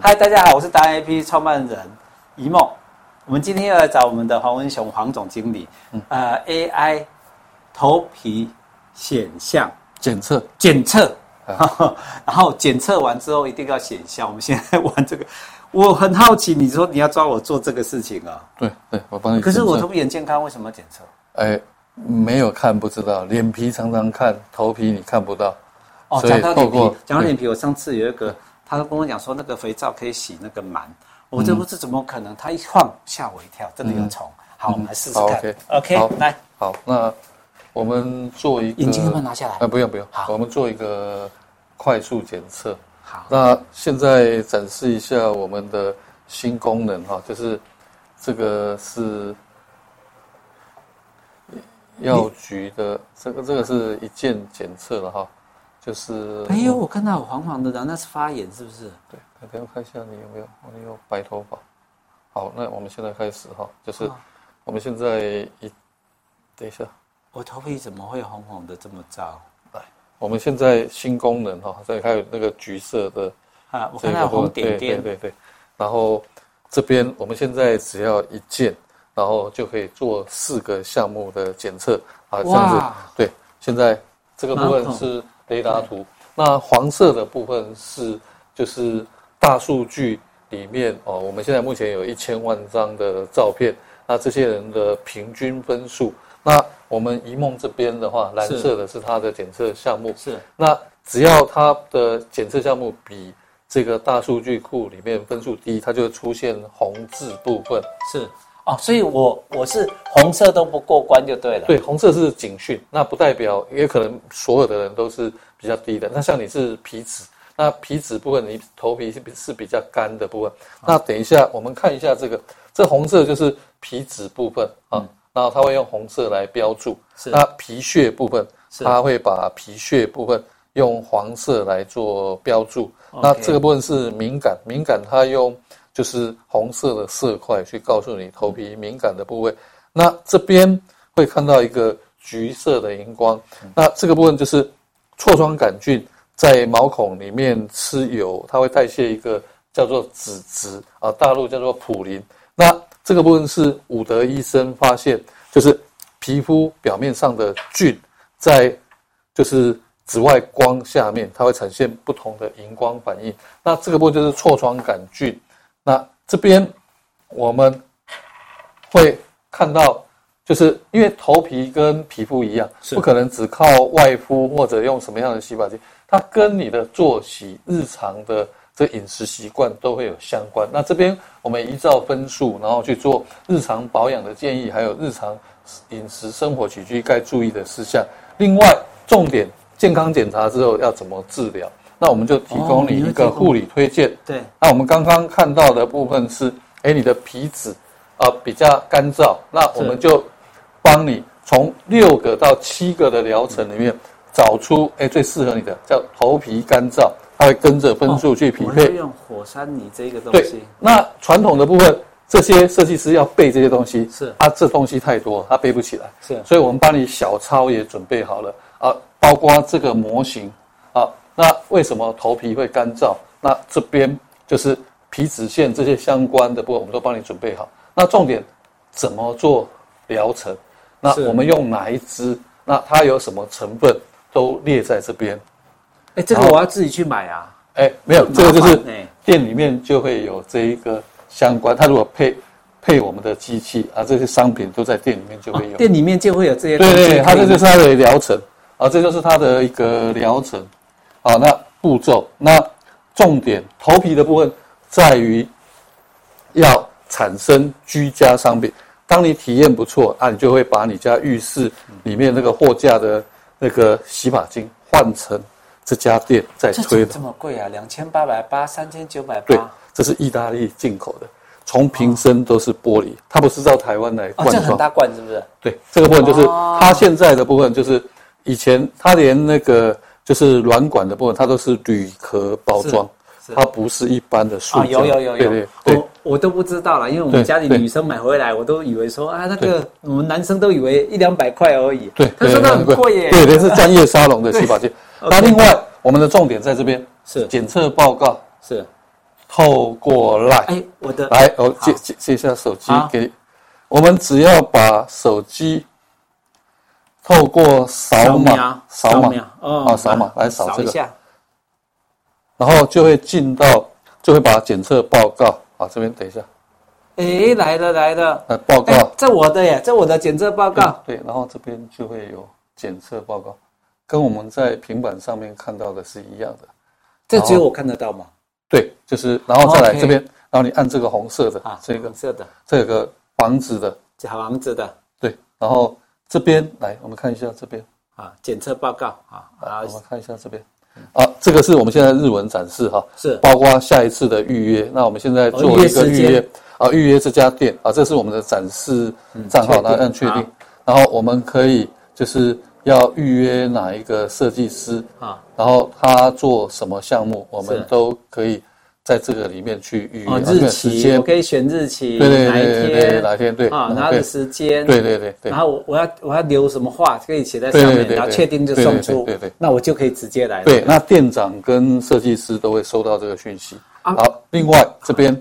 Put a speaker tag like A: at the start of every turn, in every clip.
A: 嗨，大家好，我是达人 APP 创办人一梦。我们今天要来找我们的黄文雄黄总经理，呃，AI 头皮显像
B: 检测
A: 检测， 然后检测完之后一定要显像。我们现在玩这个，我很好奇，你说你要抓我做这个事情啊？
B: 对对，我帮你
A: 可
B: 检测。
A: 是我头皮很健康，为什么要检测？
B: 哎，没有看不知道，脸皮常常看，头皮你看不到。
A: 哦，
B: 所以
A: 讲到脸
B: 透过嗯
A: 皮，讲到脸皮，我上次有一个，他跟我讲说那个肥皂可以洗那个螨，我
B: 嗯
A: 这不是怎么可能？他一晃吓我一跳，真的有虫。好，我们来试试
B: 好
A: 看
B: ，OK。好
A: OK，来，
B: 好，那我们做一个
A: 眼睛能不能拿下来
B: 啊，不用不用，
A: 好
B: 我们做一个快速检测。
A: 好，
B: 那现在展示一下我们的新功能哈，就是这个是药局的，这个这个是一键检测了哈，就是
A: 哎呦，我看到有黄黄的，然后那是发炎是不是？
B: 对，那等一下看一下你有没有，你有白头发。好，那我们现在开始哈，就是
A: 好
B: 我们现在一，等一下，
A: 我头皮怎么会红红的这么糟
B: 我们现在新功能哈，这里还有那个橘色的
A: 啊？我
B: 这
A: 看
B: 个
A: 到有
B: 部
A: 红
B: 分
A: 点点，
B: 对对对对。然后这边我们现在只要一键，然后就可以做四个项目的检测啊，这样
A: 哇
B: 子。对，现在这个部
A: 马
B: 分
A: 桶
B: 是雷达图，那黄色的部分是就是大数据里面哦，我们现在目前有一千万张的照片，那这些人的平均分数。那我们一梦这边的话，蓝
A: 是
B: 色的是它的检测项目，
A: 是
B: 那只要它的检测项目比这个大数据库里面分数低，它就会出现红字部分。
A: 是哦，所以我我是红色都不过关就对了。
B: 对，红色是警讯，那不代表也可能所有的人都是比较低的。那像你是皮脂，那皮脂部分你头皮是比是比较干的部分。那等一下我们看一下这个，这红色就是皮脂部分啊，然后它会用红色来标注。
A: 嗯是
B: 那皮屑部分，
A: 是
B: 它会把皮屑部分用黄色来做标注。那
A: OK
B: 这个部分是敏感，敏感它用就是红色的色块去告诉你头
A: 嗯
B: 皮敏感的部位。那这边会看到一个橘色的荧光，
A: 嗯
B: 那这个部分就是痤疮杆菌在毛孔里面吃油，它会代谢一个叫做脂质啊，大陆叫做普林。那这个部分是伍德医生发现，就是皮肤表面上的菌在就是紫外光下面，它会产现不同的荧光反应。那这个部分就是痤疮杆菌。那这边我们会看到，就是因为头皮跟皮肤一样，
A: 是
B: 不可能只靠外敷或者用什么样的洗发剂，它跟你的作息、日常的这饮食习惯都会有相关。那这边我们依照分数，然后去做日常保养的建议，还有日常饮食生活起居该注意的事项。另外，重点健康检查之后要怎么治疗？那我们就提
A: 哦
B: 供你
A: 你会提
B: 一个
A: 供
B: 护理推荐。
A: 对
B: 那我们刚刚看到的部分是，哎，你的皮脂啊、呃比较干燥，那我们就帮你从六个到七个的疗程里面找出哎最适合你的，叫头皮干燥，它会跟着分数去匹
A: 哦我
B: 配。
A: 要用火山泥这个东
B: 对
A: 西，，
B: 那传统的部分，这些设计师要背这些东西，
A: 是
B: 啊，这东西太多，他背不起来，
A: 是
B: 所以我们帮你小抄也准备好了啊，包括这个模型啊，那为什么头皮会干燥？那这边就是皮脂腺这些相关的部分，我们都帮你准备好。那重点怎么做疗程？那
A: 是
B: 我们用哪一支？那它有什么成分都列在这边。
A: 哎，这个
B: 好
A: 我要自己去买啊。
B: 哎，没有，
A: 很麻
B: 这个就是
A: 烦欸
B: 店里面就会有这一个相关。它如果配配我们的机器啊，这些商品都在店里面就会有。
A: 店里面就会有这些东西
B: 对
A: 可以
B: 对
A: 买。
B: 对，它这就是它的疗程啊，这就是它的一个疗程。好，那步骤，那重点头皮的部分在于要产生居家商品。当你体验不错啊，你就会把你家浴室里面那个货架的那个洗发精换成这家店在
A: 这
B: 推
A: 怎么
B: 的
A: 这。么贵啊？两千八百八，三千九百
B: 对
A: 八。，哦
B: 这是意大利进口的，从瓶身都是玻璃，它不是到台湾来
A: 哦，
B: 灌
A: 这很
B: 装。
A: 大罐是不是？
B: 对，这个部分就是
A: 哦
B: 它现在的部分，就是以前它连那个就是软管的部分，它都是铝壳包装，
A: 是是
B: 它不是一般的塑
A: 啊，
B: 胶。
A: 有有哦有有，
B: 对对对。
A: 我我都不知道了，因为我们
B: 对
A: 家里
B: 对
A: 女生买回来，我都以为说啊，那个我们男生都以为一两百块而已，
B: 对，
A: 他说
B: 对
A: 那很贵耶，
B: 对，这是专业沙龙的洗发剂。
A: OK
B: 那另外，我们的重点在这边
A: 是
B: 检测报告，
A: 是
B: 透过 Line。
A: 哎，我的
B: 来，我
A: 好
B: 借借借一下手机
A: 好
B: 给你。我们只要把手机透过扫码
A: 描，
B: 扫码，
A: 描哦，
B: 啊扫码来扫这
A: 一
B: 个
A: 下，
B: 然后就会进到，就会把检测报告啊这边等一下，嗯
A: 哎，来了来了，
B: 呃报
A: 哎
B: 告，
A: 这我的耶，这我的检测报告，
B: 对，然后这边就会有检测报告，跟我们在平板上面看到的是一样的。
A: 这只有我看得到吗？
B: 对，就是然后再来
A: 哦 OK
B: 这边，然后你按这个红色的
A: 啊，
B: 这个
A: 红色的，
B: 这个房子的，
A: 小房子的
B: 对，然后这边来我们看一下这边。
A: 啊，检测报告啊，
B: 啊，
A: 啊
B: 我们看一下这边。啊，这个是我们现在日文展示哈，
A: 是
B: 包括下一次的预约。那我们现在
A: 哦
B: 做一个
A: 预约时
B: 预
A: 间
B: 约啊，预约这家店啊，这是我们的展示账号，
A: 确定
B: 那按确
A: 好
B: 定。然后我们可以就是要预约哪一个设计师，
A: 啊，
B: 然后他做什么项目，我
A: 是
B: 们都可以在这个里面去预约
A: 哦
B: 啊，这
A: 日
B: 个时
A: 期
B: 间
A: 我，可以选日期，
B: 对对
A: 哪一
B: 对对对，
A: 天
B: 哪一天对
A: 啊，
B: 嗯
A: 然后
B: 对
A: 的时间，
B: 对对对对
A: 然后我我要我要留什么话可以写在上
B: 对对
A: 面，
B: 对
A: 然后确定就
B: 对
A: 送
B: 对
A: 出
B: 对对对，
A: 那我就可以直接来了。
B: 对，那店长跟设计师都会收到这个讯息。
A: 啊
B: 好，另外这边。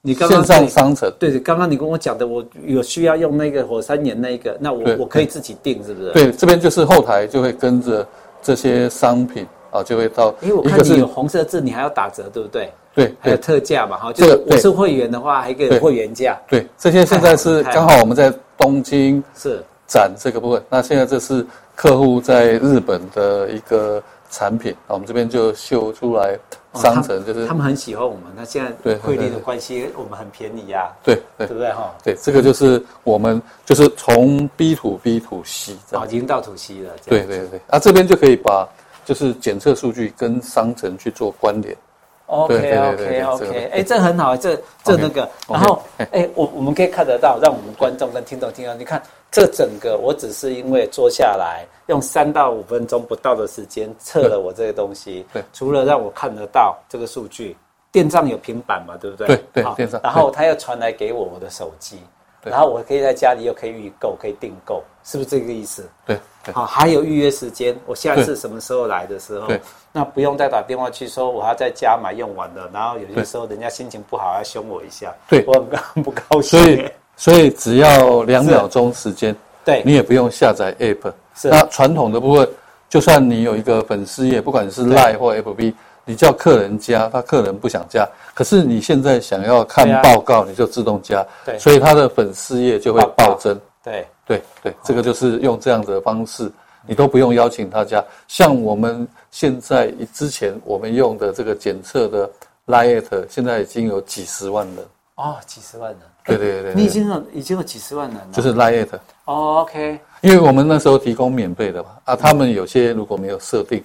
A: 你刚刚
B: 线上
A: 对
B: 商城，
A: 对对，刚刚你跟我讲的，我有需要用那个火山岩那一个，那我
B: 对
A: 我可以自己定，是不是？，
B: 对，这边就是后台就会跟着这些商品啊，就会到
A: 因为我
B: 一
A: 看
B: 个
A: 你
B: 是
A: 有红色字，你还要打折，对不对？
B: 对
A: 还有
B: 对
A: 特价嘛，哈，就
B: 这个
A: 是我
B: 对
A: 是会员的话，还可以有
B: 对
A: 会员价，
B: 对，这些现在是
A: 太好了
B: 刚好我们在东京
A: 是
B: 展这个部分，那现在这是客户在日本的一个产品啊，我们这边就秀出来
A: 哦
B: 商
A: 他
B: 城
A: 们
B: 就是
A: 他们很喜欢我们，那现在
B: 对
A: 汇率
B: 对
A: 的
B: 对
A: 关系，我们很便宜呀，
B: 对对
A: 对不对哈？
B: 对，这个就是我们就是从 B to B to C 这
A: 哦，
B: 样
A: 已，经到土西了，这
B: 对
A: 样，
B: 对对，啊这边就可以把就是检测数据跟商城去做关联。对对
A: 哦 OK
B: 对对
A: OK
B: 对这
A: OK，
B: 个
A: 哎，这很好，这这
B: OK，
A: 那个，
B: OK，
A: 然后
B: 哎
A: 哎，我我们可以看得到，让我们观众跟听众听到，你看这整个，我只是因为坐下来用三到五分钟不到的时间测了我这个东西
B: 嗯对，
A: 除了让我看得到这个数据，电账有平板嘛，对不对？
B: 对对
A: 好
B: 电账
A: 然后他又传来给我我的手机，
B: 对
A: 然后我可以在家里又可以预购，可以订购，是不是这个意思？
B: 对对
A: 好，还有预约时间，我下一次
B: 对
A: 什么时候来的时候
B: 对，
A: 那不用再打电话去说我要在家买用完了，然后有些时候人家心情不好要凶我一下，
B: 对
A: 我很高很不高兴
B: 所。以，所以只要两秒钟时间，
A: 对
B: 你也不用下载 App。
A: 是
B: 那传统的部分，就算你有一个粉丝页，不管是 Line 或 FB，你叫客人加，他客人不想加，可是你现在想要看
A: 对啊
B: 报告，你就自动加，
A: 对
B: 所以他的粉丝页就会
A: 报告
B: 暴增。
A: 对，
B: 对对，这个就是用这样的方式，你都不用邀请大家。像我们现在之前我们用的这个检测的 Line，现在已经有几十万人。
A: 哦，几十万人，
B: 对对对对
A: 你已经有已经有几十万人了，
B: 就是 Line。
A: 哦，OK，
B: 因为我们那时候提供免费的嘛，啊，他们有些如果没有设定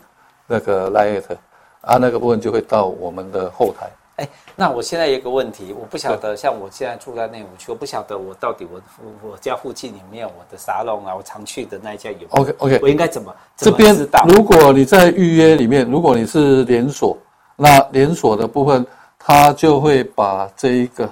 B: 那个 Lite，啊，那个部分就会到我们的后台。
A: 哎，那我现在有一个问题，我不晓得，像我现在住在内湖区，我不晓得我到底我我我家附近有没有我的沙龙啊，我常去的那一家有没有，
B: OK
A: 我
B: OK，
A: 应该怎么
B: 哦这
A: 怎么
B: 边
A: 知道？
B: 如果你在预约里面，如果你是连锁，那连锁的部分，它就会把这一个，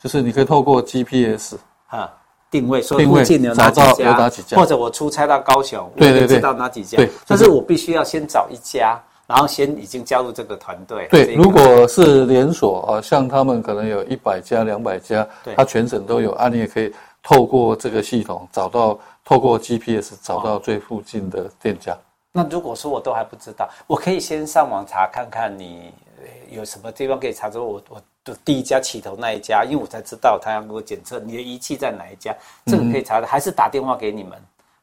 B: 就是你可以透过 GPS，
A: 啊，定位说
B: 定位
A: 附近有哪几
B: 找到有
A: 家，
B: 哪几家
A: 或者我出差到高雄，
B: 对
A: 我
B: 对
A: 就知
B: 对
A: 道哪几家
B: 对就。
A: 但
B: 是
A: 是我必须要先找一家，然后先已经加入这个团队。这
B: 对，
A: 一个
B: 如果是连锁啊，像他们可能有一百家、两百家
A: 对，
B: 它全省都有啊，你也可以透过这个系统找到，透过 GPS 找到最附近的店家。
A: 那如果说我都还不知道，我可以先上网查看看你呃有什么地方可以查出我我的第一家起头那一家，因为我才知道他要给我检测你的仪器在哪一家，
B: 嗯
A: 这个可以查的，还是打电话给你们，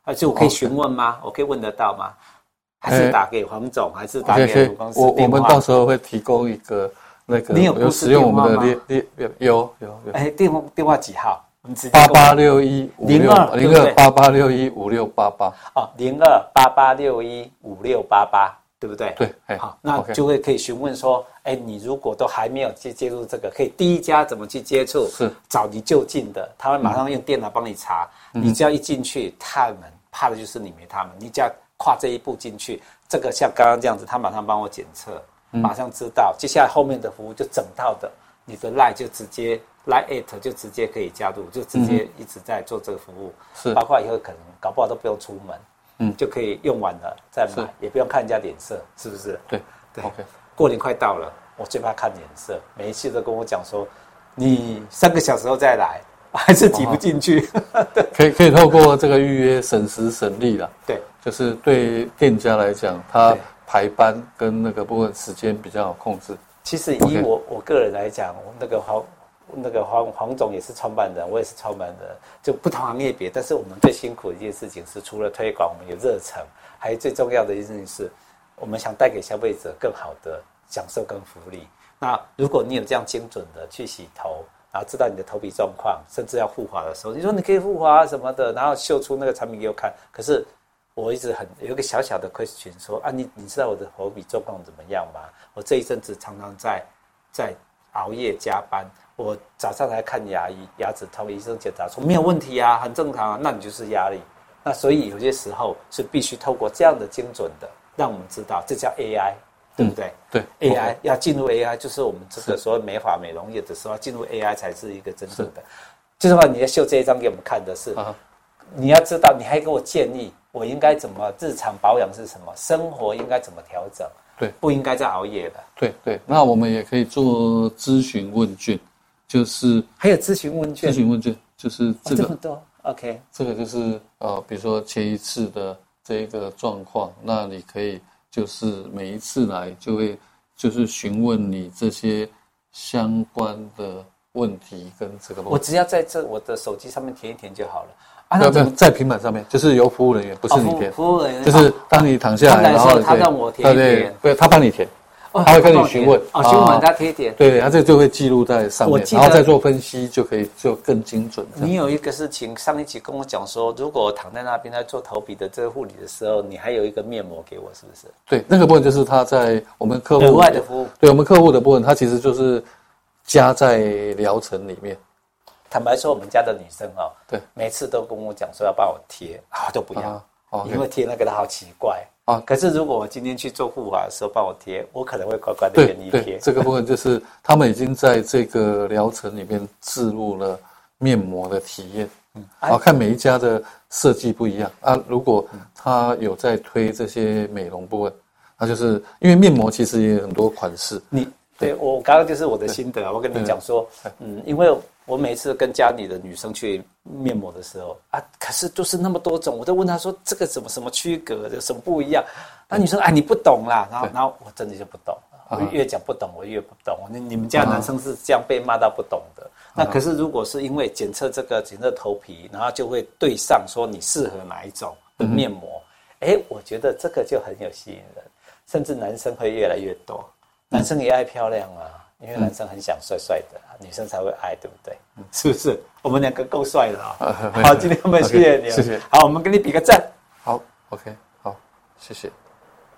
A: 而且我可以询问吗？我可以问得到吗？还是
B: 哦哎
A: 打给黄总，还是打
B: OK，
A: 给卢公司
B: 我我
A: 电
B: 们
A: 话
B: 到时候会提供一个那个，
A: 你有公司
B: 使用我们
A: 电
B: 的
A: 话
B: 列
A: 吗
B: 列列有有有
A: 哎，电话电话几号？我们直接
B: 八
A: 跟我
B: 八六一五六
A: 02对不
B: 零
A: 对
B: 二八八六一五六八八，
A: 哦，零二八八六一五六八八，对不对？
B: 对哎
A: 好，那
B: OK
A: 就会可以询问说，哎，你如果都还没有去接触这个，可以第一家怎么去接触？
B: 是
A: 找你就近的，他会马上用电脑帮你查。
B: 嗯
A: 你只要一进去踏门，怕的就是你没踏门，你只要跨这一步进去，这个像刚刚这样子，他马上帮我检测，
B: 嗯
A: 马上知道，接下来后面的服务就整套的，你的 line 就直接 line at 就直接可以加入，就直接一直在做这个服务。
B: 嗯是
A: 包括以后可能搞不好都不用出门，嗯，就可以用完了再买
B: 是，
A: 也不用看人家脸色，是不是？
B: 对
A: 对
B: OK
A: 过年快到了，我最怕看脸色，每一次都跟我讲说，你三个小时后再来， 还是挤不进去。
B: 可以可以透过这个预约省时省力啦，
A: 对，
B: 就是对店家来讲，他
A: 对
B: 排班跟那个部分时间比较好控制。
A: 其实以
B: OK
A: 我我个人来讲，我那个黄那个黄黄总也是创办人，我也是创办人，就不同行业别，但是我们最辛苦的一件事情是，除了推广，我们有热忱，还有最重要的一件事情是，我们想带给消费者更好的享受跟福利。那如果你有这样精准的去洗头，然后知道你的头皮状况，甚至要护发的时候，你说你可以护发啊什么的，然后秀出那个产品给我看，可是我一直很有一个小小的 question 说啊，你你知道我的头皮状况怎么样吗？我这一阵子常常在在熬夜加班，我早上来看牙医，牙齿痛，医生检查说没有问题啊，很正常啊，那你就是压力。那所以有些时候是必须透过这样的精准的，让我们知道这叫 AI，对不对？
B: 嗯对
A: AI 要进入 AI，就是我们这个所谓美发美容业的时候，进入 AI 才是一个真正的。就是嗯话，你要秀这一张给我们看的是，
B: 啊
A: 你要知道，你还给我建议，我应该怎么日常保养是什么，生活应该怎么调整，
B: 对
A: 不应该再熬夜了。
B: 对对，那我们也可以做咨询问卷，就是
A: 还有咨询问卷，
B: 咨询问卷，就是
A: 哦
B: 这个、
A: 么多，OK，
B: 这个就是呃，比如说前一次的这一个状况，那你可以就是每一次来就会就是询问你这些相关的问题跟这个部
A: 我
B: 分。
A: 只要在这我的手机上面填一填就好了。啊，那
B: 没有没
A: 怎
B: 有
A: 么？
B: 在平板上面，就是由服务人员，不是
A: 哦
B: 你
A: 服
B: 填，
A: 服务人员
B: 就是当你躺下
A: 他
B: 来，
A: 来
B: 然
A: 说
B: 后
A: 他
B: 对
A: 让我填一
B: 对
A: 填
B: 对，他帮你填，
A: 哦
B: 他会
A: 帮
B: 跟你
A: 我
B: 询
A: 填
B: 问
A: 哦，询问
B: 哦
A: 他贴一点。
B: 对，他这个就会记录在上
A: 我
B: 面，
A: 记得
B: 然后再做分析就可以就更精准。这样
A: 你有一个事情，上一集跟我讲说，如果我躺在那边在做头皮的这个护理的时候，你还有一个面膜给我，是不是？
B: 对，那个部分就是他在我们客户
A: 额外的服务。
B: 对我们客户的部分，它其实就是加在疗程里面。
A: 坦白说，我们家的女生哦，
B: 对，
A: 每次都跟我讲说要帮我贴，啊，我都不要
B: 啊，，OK
A: 因为贴那个的好奇怪
B: 啊
A: 可是如果我今天去做护发的时候帮我贴，我可能会乖乖的
B: 对
A: 愿意
B: 对
A: 贴，。
B: 这个部分就是他们已经在这个疗程里面置入了面膜的体验。嗯，
A: 哎
B: 啊，看每一家的设计不一样啊。如果他有在推这些美容部分，那就是因为面膜其实也有很多款式。
A: 你对我刚刚就是我的心得啊，我跟你讲说，嗯，因为我每次跟家里的女生去面膜的时候啊，可是就是那么多种，我都问她说这个怎么什么区隔，有什么不一样？那女生哎你不懂啦，然后然后我真的就不懂，我越讲不懂我越不懂，你你们家男生是这样被骂到不懂的。那可是如果是因为检测这个检测头皮，然后就会对上说你适合哪一种的面膜，哎、我觉得这个就很有吸引人，甚至男生会越来越多。男生也爱漂亮啊，因为男生很想帅帅的啊、女生才会爱，对不对？是不是？我们两个够帅了啊啊、好，今天我们谢谢你，
B: 谢谢
A: 好，我们给你比个赞。
B: 好，OK，好，谢谢。